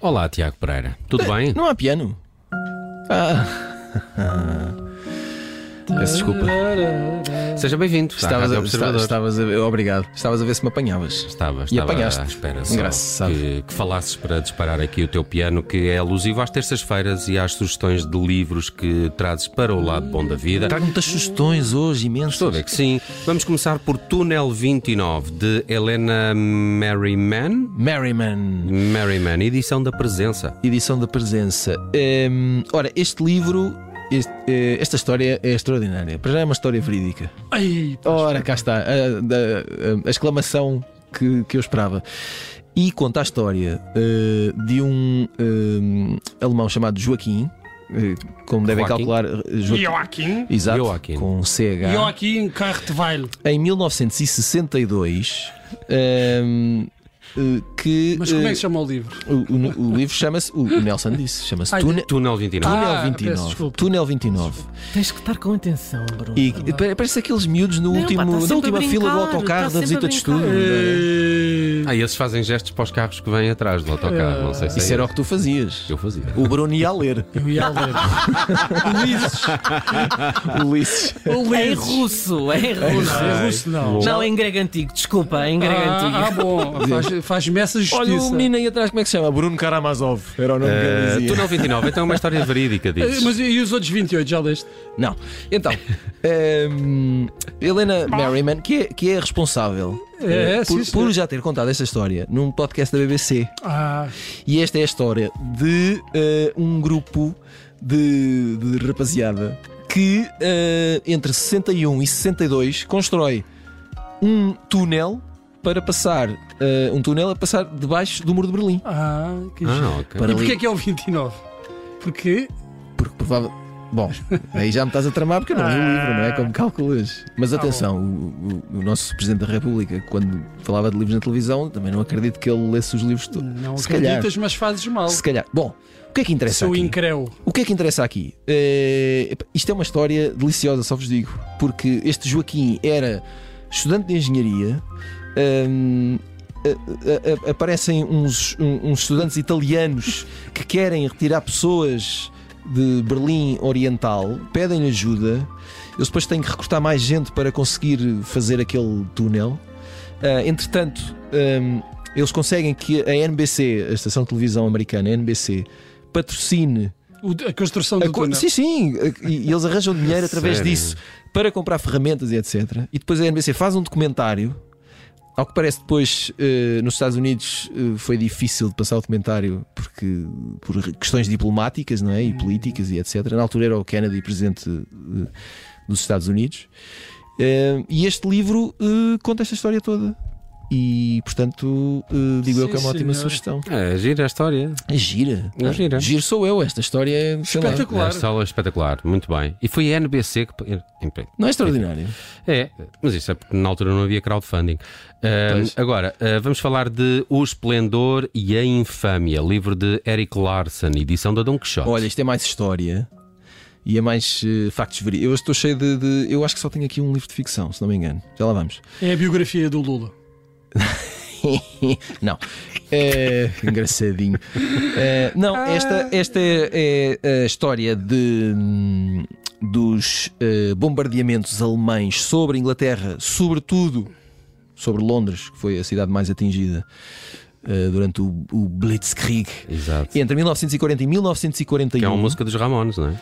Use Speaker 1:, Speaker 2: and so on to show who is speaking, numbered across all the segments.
Speaker 1: Olá, Tiago Pereira. Tudo bem?
Speaker 2: Não há piano. Ah, peço desculpa.
Speaker 1: Seja bem-vindo. à
Speaker 2: estavas,
Speaker 1: Rádio
Speaker 2: Tá, a,
Speaker 1: Observador.
Speaker 2: estavas a ver, obrigado. Estavas a ver se me apanhavas.
Speaker 1: Estava,
Speaker 2: E
Speaker 1: estava
Speaker 2: apanhaste.
Speaker 1: à espera só
Speaker 2: Engraçado.
Speaker 1: que, que falasses para disparar aqui o teu piano, que é alusivo às terças-feiras e às sugestões de livros que trazes para o lado bom da vida.
Speaker 2: Trago muitas sugestões hoje, imensas.
Speaker 1: Estou a ver que sim. Vamos começar por Túnel 29, de Helena Merriman.
Speaker 2: Merriman,
Speaker 1: Merriman, edição da presença.
Speaker 2: edição da presença. Hum, ora, este livro, este, eh, esta história é extraordinária. Para já é uma história verídica.
Speaker 3: Ai,
Speaker 2: Ora, cá está. A, da- a exclamação que, que eu esperava. E conta a história eh, de um eh, alemão chamado Joaquim. eh, como devem
Speaker 1: Joaquim.
Speaker 2: calcular, eh, Joaquim.
Speaker 3: Joaquim.
Speaker 2: Exato,
Speaker 1: Joaquim.
Speaker 2: com CH.
Speaker 3: Joaquim Carteweil.
Speaker 2: Em 1962, hum, eh, que.
Speaker 3: Mas como é
Speaker 2: eh,
Speaker 3: que se chama o livro?
Speaker 2: o, o- o livro chama-se. O, o Nelson disse, chama-se
Speaker 3: Ai,
Speaker 2: Túnel.
Speaker 1: Túnel 29.
Speaker 3: Ah,
Speaker 2: Túnel
Speaker 3: peço
Speaker 2: 29.
Speaker 3: desculpa. é
Speaker 2: Túnel 29.
Speaker 4: Tens que estar com atenção, Bruno.
Speaker 2: E e pare- parece aqueles miúdos no
Speaker 4: Não, pá,
Speaker 2: último,
Speaker 4: tá
Speaker 2: na
Speaker 4: sempre
Speaker 2: última
Speaker 4: a
Speaker 2: fila do
Speaker 4: brincar,
Speaker 2: autocarro
Speaker 4: tá
Speaker 2: da visita
Speaker 4: sempre a
Speaker 2: de
Speaker 4: brincar.
Speaker 2: estudo. Eh,
Speaker 1: Ah, esses fazem gestos para os carros que vêm atrás do autocarro. Não sei se
Speaker 2: Isso
Speaker 1: é
Speaker 2: era o que tu fazias.
Speaker 1: que eu fazia.
Speaker 2: O Bruno ia a ler.
Speaker 3: Eu ia ler. Ulisses.
Speaker 2: Ulisses.
Speaker 4: Em
Speaker 3: Ulisses.
Speaker 4: russo, em russo.
Speaker 2: Ah,
Speaker 3: É russo, não.
Speaker 4: Não, em grego antigo, desculpa,
Speaker 2: é
Speaker 4: em grego
Speaker 3: Ah, ah,
Speaker 4: antigo.
Speaker 3: bom. Faz, faz-me essa
Speaker 2: Olha o
Speaker 3: justiça.
Speaker 2: menino aí atrás, como é que se chama? Bruno Karamazov. Era o nome que
Speaker 1: Ah,
Speaker 2: ele dizia.
Speaker 1: Túnel 29, então é uma história verídica,
Speaker 3: Eh,
Speaker 1: diz.
Speaker 3: Mas e os outros 28, já leste?
Speaker 2: Não. Então, hum, Helena Merriman, que é, que é a responsável
Speaker 3: É,
Speaker 2: eh,
Speaker 3: sim,
Speaker 2: por,
Speaker 3: sim.
Speaker 2: por já ter contado esta história num podcast da BBC.
Speaker 3: Ah,
Speaker 2: E esta é a história de eh, um grupo de, de rapaziada que eh, entre 61 e 62 constrói um túnel para passar eh, um túnel a passar debaixo do muro de Berlim.
Speaker 3: ah, que giro.
Speaker 1: Ah, ok.
Speaker 2: Para
Speaker 3: E porquê
Speaker 2: ali,
Speaker 3: é que é o 29? Porque
Speaker 2: porque provável. Bom, aí já me estás a tramar porque eu não li o livro, não é? Como calculas. Mas atenção, o, o- o nosso Presidente da República, quando falava de livros na televisão, também não acredito que ele lesse os livros todos.
Speaker 3: não
Speaker 2: Se calhar.
Speaker 3: acreditas, mas fazes mal.
Speaker 2: Se calhar. Bom, o que é que interessa
Speaker 3: Sou
Speaker 2: aqui?
Speaker 3: incréu.
Speaker 2: O que é que interessa aqui? Eh, epá, isto é uma história deliciosa, só vos digo, porque este Joaquim era estudante de engenharia. hum, a- a- a- aparecem uns, um- uns estudantes italianos que querem retirar pessoas de Berlim Oriental, pedem ajuda. Eles depois têm que recrutar mais gente para conseguir fazer aquele túnel. Ah, entretanto, hum, eles conseguem que a NBC, a estação de televisão americana, a NBC, patrocine
Speaker 3: O- a construção
Speaker 2: a
Speaker 3: do
Speaker 2: co-
Speaker 3: túnel.
Speaker 2: Sim, sim. E e eles arranjam dinheiro através
Speaker 1: Sério?
Speaker 2: disso para comprar ferramentas e etc. E depois a NBC faz um documentário. Ao que parece, depois eh, nos Estados Unidos eh, foi difícil de passar o documentário porque, por questões diplomáticas não é? e políticas e etc. Na altura era o Kennedy presidente eh, dos Estados Unidos. Eh, e este livro eh, conta esta história toda. E portanto, eh, digo eu
Speaker 3: Sim,
Speaker 2: que é uma ótima
Speaker 3: senhor.
Speaker 2: sugestão.
Speaker 1: É, gira a história.
Speaker 2: Gira.
Speaker 1: É gira.
Speaker 2: Giro sou eu. Esta história é sei lá,
Speaker 1: Claro.
Speaker 3: Espetacular.
Speaker 1: Esta aula é espetacular, muito bem. E foi a NBC que.
Speaker 2: Não é extraordinário.
Speaker 1: É, mas isso é porque na altura não havia crowdfunding. Ah,
Speaker 2: Pois.
Speaker 1: agora, ah, vamos falar de O Esplendor e a Infâmia, livro de Eric Larson, edição da Don Quixote.
Speaker 2: Olha, isto é mais história e é mais eh, factos verídicos. Eu estou cheio de, de- Eu acho que só tenho aqui um livro de ficção, se não me engano. Já lá vamos.
Speaker 3: É a biografia do Lula.
Speaker 2: não. É, engraçadinho. É, não, esta, esta é, é a história de, hum, dos eh, bombardeamentos alemães sobre a Inglaterra, sobretudo sobre Londres, que foi a cidade mais atingida eh, durante o, o Blitzkrieg.
Speaker 1: Exato.
Speaker 2: Entre 1940 e 1941.
Speaker 1: Que é uma música dos Ramones, não é?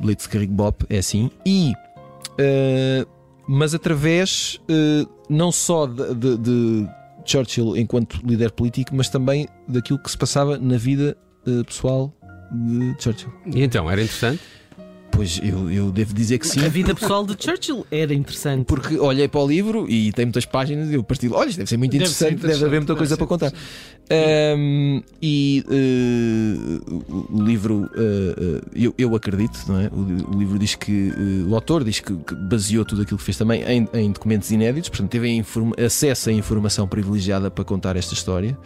Speaker 2: Blitzkrieg Bop é assim e eh, mas através eh, não só de, de- de Churchill enquanto líder político mas também daquilo que se passava na vida eh, pessoal de Churchill
Speaker 1: E então, era interessante?
Speaker 2: pois eu, eu devo dizer que sim
Speaker 4: A vida pessoal de Churchill era interessante.
Speaker 2: porque olhei para o livro e tem muitas páginas e eu partilho. Olha, isto deve ser muito
Speaker 3: Deve
Speaker 2: interessante,
Speaker 3: ser
Speaker 2: deve,
Speaker 3: interessante,
Speaker 2: haver muita
Speaker 3: deve
Speaker 2: coisa
Speaker 3: ser
Speaker 2: para contar. Ahm, e eh, o- o livro, eh, eh, eu, eu acredito, não é? O, o livro diz que, eh, o autor diz que, que baseou tudo aquilo que fez também em, em documentos inéditos, portanto teve a inform- acesso a informação privilegiada para contar esta história.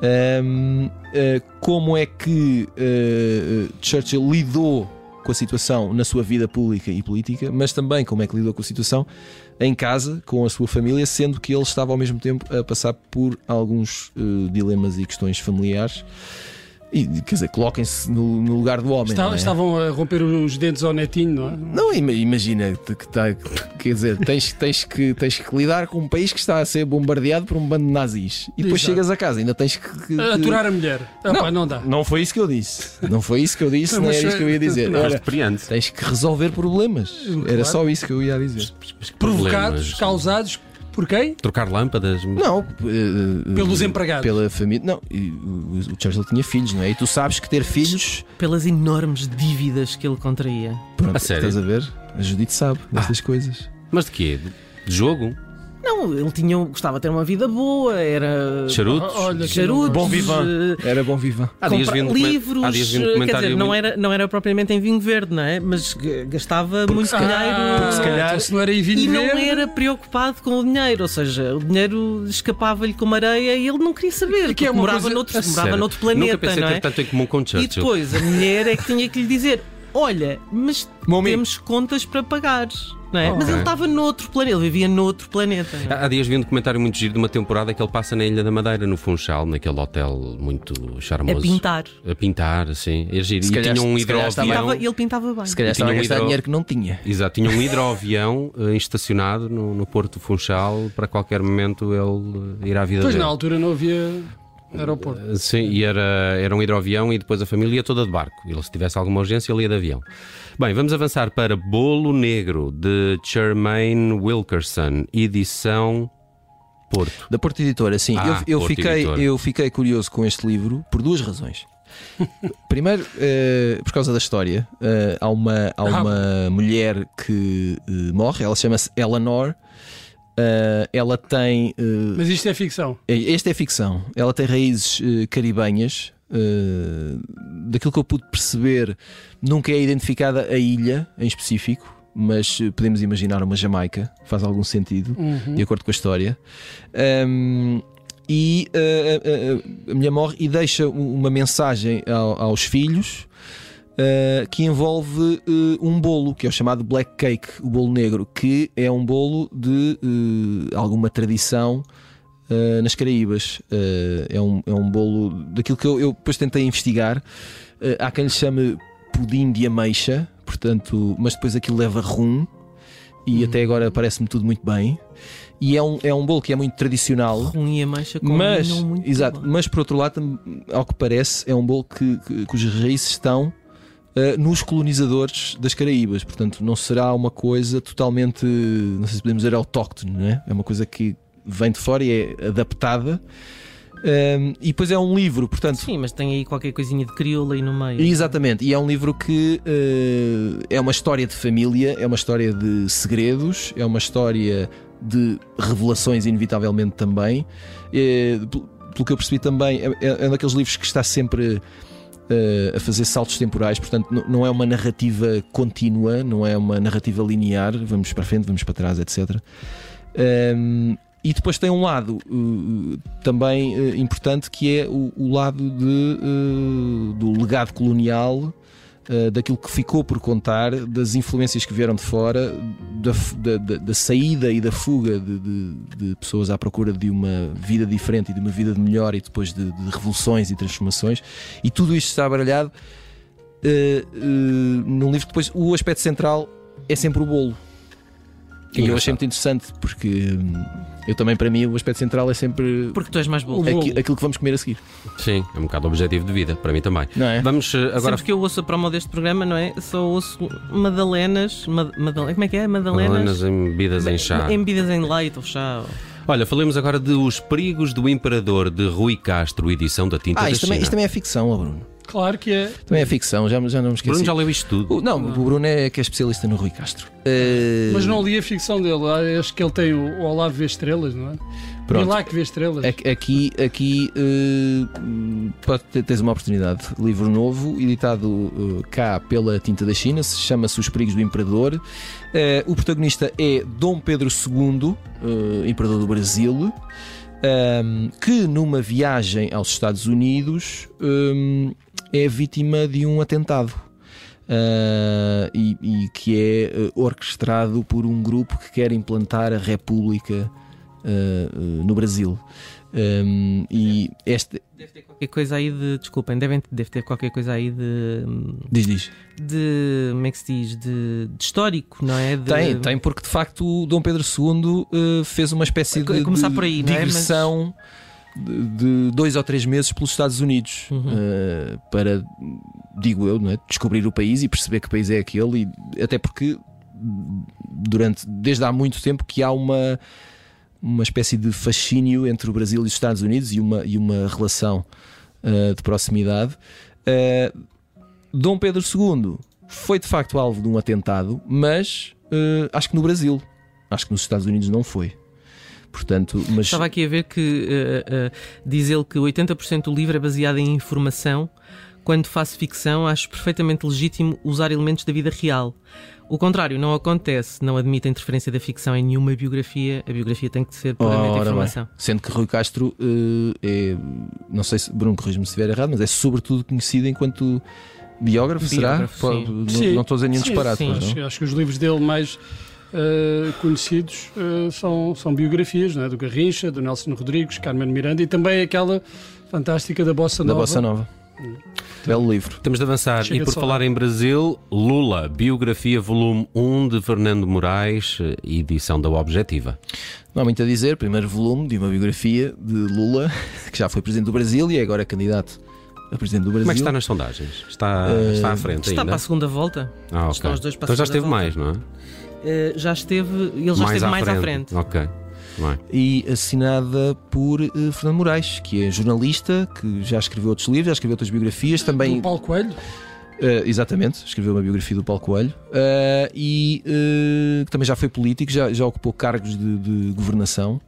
Speaker 2: Ahm, eh, como é que eh, Churchill lidou com a situação na sua vida pública e política, mas também como é que lidou com a situação em casa, com a sua família, sendo que ele estava ao mesmo tempo a passar por alguns eh, dilemas e questões familiares. E, quer dizer, coloquem-se no, no lugar do homem.
Speaker 3: Está-
Speaker 2: não é?
Speaker 3: Estavam a romper os dentes ao netinho, não é?
Speaker 2: Não, ima- imagina que tá, quer dizer, tens, tens, que, tens que lidar com um país que está a ser bombardeado por um bando de nazis e depois
Speaker 3: Exato.
Speaker 2: chegas a casa, ainda tens que. que-
Speaker 3: A Aturar a mulher. Ah,
Speaker 2: Não.
Speaker 3: pá, não dá.
Speaker 2: Não foi isso que eu disse. Não foi isso que eu disse,
Speaker 3: Não,
Speaker 2: não
Speaker 3: mas
Speaker 2: era isso que eu ia dizer.
Speaker 3: não.
Speaker 1: Mas
Speaker 2: Ora,
Speaker 1: depreende.
Speaker 2: tens que resolver problemas. Era só isso que eu ia dizer.
Speaker 3: Provocados,
Speaker 1: Problemas.
Speaker 3: causados por quem?
Speaker 1: Trocar lâmpadas.
Speaker 2: Não, eh, eh,
Speaker 3: Pelos empregados.
Speaker 2: Pela família. Não, e o o Churchill tinha filhos, não é? E tu sabes que ter filhos.
Speaker 4: Pelas enormes dívidas que ele contraía.
Speaker 2: Pronto,
Speaker 1: A sério?
Speaker 2: estás a Ah. ver? A Judite sabe dessas coisas.
Speaker 1: Mas de quê? De jogo?
Speaker 4: Não, ele tinha, gostava de ter uma vida boa, era.
Speaker 1: Charutos?
Speaker 3: Ah, olha,
Speaker 4: Charutos,
Speaker 2: Bom vivan.
Speaker 4: eh,
Speaker 2: Era bom vivan.
Speaker 1: Há dias
Speaker 4: compra-
Speaker 1: vi um documen-
Speaker 4: livros,
Speaker 1: há dias vi um
Speaker 4: eh, quer
Speaker 1: documentário
Speaker 4: dizer, não
Speaker 1: muito-
Speaker 4: era, não era propriamente em vinho verde, não é? Mas g- gastava muito dinheiro.
Speaker 3: Ah,
Speaker 2: se calhar-
Speaker 3: então se não era em vinho
Speaker 4: E não
Speaker 2: é.
Speaker 3: verde,
Speaker 4: era preocupado com o dinheiro, ou seja, o dinheiro escapava-lhe como areia e ele não queria saber,
Speaker 3: Que é
Speaker 4: porque
Speaker 3: uma
Speaker 4: morava,
Speaker 3: coisa-
Speaker 4: noutro,
Speaker 3: a
Speaker 4: morava
Speaker 1: Sério,
Speaker 4: noutro
Speaker 1: Nunca
Speaker 4: planeta,
Speaker 1: pensei
Speaker 4: não
Speaker 1: ter
Speaker 4: é?
Speaker 1: tanto em comum com
Speaker 4: E
Speaker 1: Churchill.
Speaker 4: depois a mulher é que tinha que lhe dizer: Olha, mas
Speaker 2: Meu amigo.
Speaker 4: temos contas para pagar, não é? Mas
Speaker 1: Ok.
Speaker 4: ele estava noutro planeta, ele vivia noutro planeta. não é?
Speaker 1: Há há dias vi um documentário muito giro de uma temporada que ele passa na Ilha da Madeira, no Funchal, naquele hotel muito
Speaker 4: A
Speaker 1: charmoso.
Speaker 4: pintar.
Speaker 1: A pintar, sim. É giro.
Speaker 2: Se
Speaker 1: e
Speaker 2: calhar-
Speaker 1: tinha um
Speaker 2: se calhar estava-
Speaker 1: hidroavião.
Speaker 4: Pintava- ele pintava bem.
Speaker 2: Se calhar
Speaker 1: E
Speaker 2: estava a
Speaker 1: tinha um
Speaker 2: gastar
Speaker 1: hidro-
Speaker 2: dinheiro que não tinha.
Speaker 1: Exato, tinha um hidroavião eh, estacionado no, no Porto do Funchal para qualquer momento ele eh, ir à vida
Speaker 3: Pois na
Speaker 1: dele.
Speaker 3: altura não havia aeroporto.
Speaker 1: Sim, e
Speaker 2: Uhum.
Speaker 1: era, era um hidroavião e depois a família ia toda de barco. Ele, se tivesse alguma urgência, ele ia de avião. Bem, vamos avançar para Bolo Negro de Charmaine Wilkerson, edição Porto.
Speaker 2: Da Porta Editora, sim.
Speaker 1: Ah,
Speaker 2: eu, eu
Speaker 1: Porto
Speaker 2: fiquei,
Speaker 1: Editora.
Speaker 2: eu fiquei curioso com este livro por duas razões. Primeiro, eh, por causa da história, eh, há uma, há uma mulher que eh, morre, ela chama-se Eleanor. Eh, ela tem. eh,
Speaker 3: Mas isto é ficção.
Speaker 2: esta é ficção. Ela tem raízes eh, caribenhas. eh, daquilo que eu pude perceber, nunca é identificada a ilha em específico, mas eh, podemos imaginar uma Jamaica, faz algum sentido, Uhum. de acordo com a história. Ahm, e eh, a- a, a mulher morre e deixa u- uma mensagem ao- aos filhos. eh, que envolve eh, um bolo que é o chamado black cake, o bolo negro, que é um bolo de eh, alguma tradição Uh, nas Caraíbas. Uh, é, um, é um bolo daquilo que eu, eu depois tentei investigar. Uh, há quem lhe chame pudim de ameixa, portanto, mas depois aquilo leva rum. E até agora parece-me tudo muito bem. E é um, é um bolo que é muito tradicional.
Speaker 4: Ruim e ameixa com
Speaker 2: Mas,
Speaker 4: não muito
Speaker 2: exato,
Speaker 4: bom.
Speaker 2: mas por outro lado, tam- ao que parece, é um bolo que, que- cujas raízes estão eh, nos colonizadores das Caraíbas. Portanto, não será uma coisa totalmente, não sei se podemos dizer autóctone, não é? É uma coisa que vem de fora e é adaptada. Ehm, e depois é um livro, portanto.
Speaker 4: Sim, mas tem aí qualquer coisinha de crioula aí no meio.
Speaker 2: Exatamente, e é um livro que eh, é uma história de família, é uma história de segredos, é uma história de revelações, inevitavelmente também. Eh, pel- pelo que eu percebi também, é, é um daqueles livros que está sempre eh, a fazer saltos temporais, portanto, n- não é uma narrativa contínua, não é uma narrativa linear, vamos para a frente, vamos para trás, etc. Ehm, e depois tem um lado eh, também eh, importante que é o, o lado de, eh, do legado colonial, eh, daquilo que ficou por contar, das influências que vieram de fora, da, f- da- da- da saída e da fuga de, de- de pessoas à procura de uma vida diferente e de uma vida de melhor e depois de, de revoluções e transformações. E tudo isto está baralhado eh, eh, num livro que depois o aspecto central é sempre o bolo.
Speaker 1: Que
Speaker 2: E eu
Speaker 1: engraçado.
Speaker 2: achei muito interessante porque hum, eu também, para mim, o aspecto central é sempre
Speaker 4: Porque tu és mais bolo.
Speaker 3: O-
Speaker 2: aqui-
Speaker 3: bolo.
Speaker 2: aquilo É que vamos comer a seguir,
Speaker 1: Sim, é um bocado o objetivo de vida, para mim também.
Speaker 2: não é?
Speaker 1: Vamos eh, agora.
Speaker 4: Sempre que eu ouço a promo deste programa, não é? Só ouço Madalenas. Mad- Madale- Como é que é? Madalenas.
Speaker 1: Madalenas em bebidas em chá.
Speaker 4: Embidas em leite ou chá.
Speaker 1: Olha, falemos agora de Os Perigos do Imperador de Rui Castro, edição da Tinta
Speaker 2: Ah,
Speaker 1: da
Speaker 2: isto
Speaker 1: China.
Speaker 2: também, isto também é ficção, ó Bruno.
Speaker 3: Claro que é.
Speaker 2: Também é ficção, já, já não me esqueci.
Speaker 1: Bruno já leu isto tudo.
Speaker 2: O- não, o Bruno é que é especialista no Rui Castro. Eh,
Speaker 3: Mas não li a ficção dele. Ah, Acho que ele tem o o Olá Vê Estrelas, não é?
Speaker 2: Pronto. É
Speaker 3: E lá que vê estrelas.
Speaker 2: Aqui, aqui, aqui eh, pode ter- tens uma oportunidade. Livro novo, editado eh, cá pela Tinta da China, se chama-se Os Perigos do Imperador. Eh, o protagonista é Dom Pedro II, eh, Imperador do Brasil, ehm, que numa viagem aos Estados Unidos ehm, é vítima de um atentado. ah, e, e que é eh, orquestrado por um grupo que quer implantar a República ah, eh, no Brasil. Ahm, e
Speaker 4: é.
Speaker 2: este.
Speaker 4: Deve ter qualquer coisa aí de. Desculpem, devem, deve ter qualquer coisa aí de.
Speaker 2: Diz, diz.
Speaker 4: de como é que se diz? De, de histórico, não é? De-
Speaker 2: Tem, tem, porque de facto o Dom Pedro II eh, fez uma espécie
Speaker 4: Co-
Speaker 2: de,
Speaker 4: começar
Speaker 2: de
Speaker 4: por aí, não é? Mas-
Speaker 2: digressão de, de dois ou três meses pelos Estados Unidos
Speaker 4: Uhum.
Speaker 2: eh, para, digo eu, não é? descobrir o país e perceber que país é aquele, e, até porque durante, desde há muito tempo que há uma, uma espécie de fascínio entre o Brasil e os Estados Unidos e uma, e uma relação eh, de proximidade. Eh, Dom Pedro II foi de facto alvo de um atentado, mas eh, acho que no Brasil, acho que nos Estados Unidos não foi. Portanto, mas
Speaker 4: Estava aqui a ver que eh, eh, diz ele que 80% do livro é baseado em informação. Quando faço ficção, acho perfeitamente legítimo usar elementos da vida real. O contrário não acontece. Não admito a interferência da ficção em nenhuma biografia. A biografia tem que ser puramente
Speaker 2: Ora bem.
Speaker 4: informação.
Speaker 2: Sendo que Rui Castro eh, é, não sei se Bruno corrige-me se estiver errado, mas é sobretudo conhecido enquanto biógrafo,
Speaker 4: Biógrafo,
Speaker 2: será?
Speaker 4: sim.
Speaker 2: Pô, não-
Speaker 3: Sim.
Speaker 2: Não estou a dizer nenhum
Speaker 3: Sim,
Speaker 2: disparate,
Speaker 4: sim.
Speaker 2: mas não?
Speaker 3: Acho, acho que é os livros dele mais eh, conhecidos eh, são, são biografias, não é? do Garrincha, do Nelson Rodrigues, Carmen Miranda e também aquela fantástica da Bossa
Speaker 2: da
Speaker 3: Nova.
Speaker 2: Bossa Nova. Belo livro.
Speaker 1: Temos de avançar.
Speaker 3: Chega
Speaker 1: e por
Speaker 3: só.
Speaker 1: falar em Brasil, Lula, biografia volume 1 de Fernando Moraes, eh, edição da Objetiva.
Speaker 2: Não há muito a dizer. Primeiro volume de uma biografia de Lula, que já foi presidente do Brasil e é agora candidato a presidente do Brasil.
Speaker 1: Como é que está nas sondagens? Está,
Speaker 2: Eh,
Speaker 1: está à frente
Speaker 4: Está
Speaker 1: ainda?
Speaker 4: para a segunda volta.
Speaker 1: Ah, ok.
Speaker 4: estão os dois para a
Speaker 1: então já
Speaker 4: segunda
Speaker 1: esteve
Speaker 4: volta.
Speaker 1: mais, não é?
Speaker 4: Eh, já esteve. Ele já esteve mais à frente.
Speaker 1: Ok. Bem.
Speaker 2: e assinada por eh, Fernando Moraes, que é jornalista, que já escreveu outros livros, já escreveu outras biografias, também.
Speaker 3: Do Paulo Coelho,
Speaker 2: Eh, exatamente, escreveu uma biografia do Paulo Coelho Eh, e eh, que também já foi político, já, já ocupou cargos de, de governação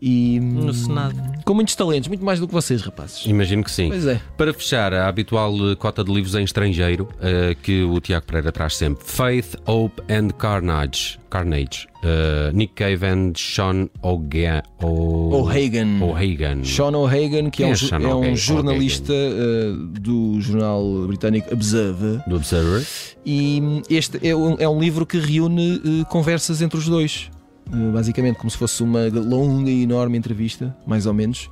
Speaker 2: e
Speaker 4: No
Speaker 2: hum,
Speaker 4: Senado.
Speaker 2: com muitos talentos, muito mais do que vocês, rapazes.
Speaker 1: Imagino que sim.
Speaker 2: Pois é.
Speaker 1: Para fechar, a habitual eh, cota de livros em estrangeiro eh, que o Tiago Pereira traz sempre: Faith, Hope and Carnage. Carnage. Eh, Nick Cave and Sean O'Ga- O-
Speaker 2: O'Hagan.
Speaker 1: O'Hagan.
Speaker 2: Sean O'Hagan, que
Speaker 1: Quem
Speaker 2: é,
Speaker 1: é
Speaker 2: um, ju-
Speaker 1: Sean
Speaker 2: é um
Speaker 1: O'Hagan?
Speaker 2: jornalista eh, do jornal britânico Observer,
Speaker 1: Do Observer.
Speaker 2: e hum, este é um, é um livro que reúne eh, conversas entre os dois. Eh, basicamente, como se fosse uma longa e enorme entrevista, mais ou menos.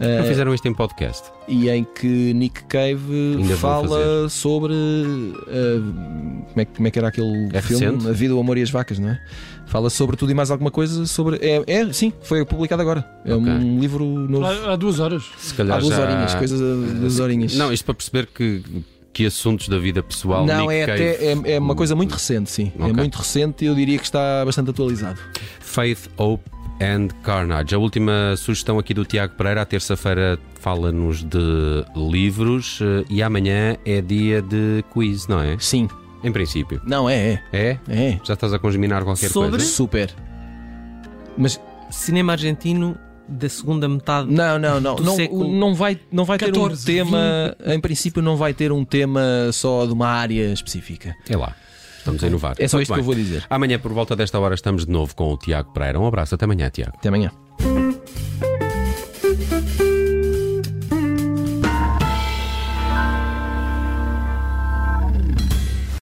Speaker 2: Eh,
Speaker 1: Não fizeram isto em podcast.
Speaker 2: e em que Nick Cave
Speaker 1: Ainda vou
Speaker 2: fala sobre uh, como, é, que- como é que era aquele
Speaker 1: É recente?
Speaker 2: filme? A vida, o amor e as vacas, não é? Fala sobre tudo e mais alguma coisa sobre. É, é, sim, foi publicado agora. É
Speaker 1: Ok.
Speaker 2: um livro novo.
Speaker 3: há, há duas horas.
Speaker 1: Se calhar
Speaker 2: Há duas
Speaker 1: já...
Speaker 2: horinhas, coisas a- duas horinhas.
Speaker 1: Não, isto para perceber que, que assuntos da vida pessoal.
Speaker 2: Não,
Speaker 1: Nick
Speaker 2: é
Speaker 1: Cave, Hum.
Speaker 2: até é, é uma coisa muito recente, sim.
Speaker 1: Ok.
Speaker 2: É muito recente e eu diria que está bastante atualizado.
Speaker 1: Faith, Hope and Carnage. A última sugestão aqui do Tiago Pereira. À terça-feira fala-nos de livros eh, e amanhã é dia de quiz, não é?
Speaker 2: Sim.
Speaker 1: Em princípio.
Speaker 2: Não, é,
Speaker 1: É?
Speaker 2: é.
Speaker 1: Já estás a congeminar qualquer
Speaker 4: Sobre?
Speaker 2: É.
Speaker 1: coisa?
Speaker 2: Super. Mas
Speaker 4: Cinema argentino da segunda metade.
Speaker 2: Não, não, não.
Speaker 4: do
Speaker 2: Não,
Speaker 4: século
Speaker 2: não vai, não vai ter um
Speaker 4: 14,
Speaker 2: tema. Em princípio, não vai ter um tema só de uma área específica.
Speaker 1: É lá. Estamos a inovar.
Speaker 2: É só
Speaker 1: Muito
Speaker 2: isto
Speaker 1: bem.
Speaker 2: que eu vou dizer.
Speaker 1: Amanhã, por volta desta hora, estamos de novo com o Tiago Pereira. Um abraço. Até amanhã, Tiago.
Speaker 2: Até amanhã.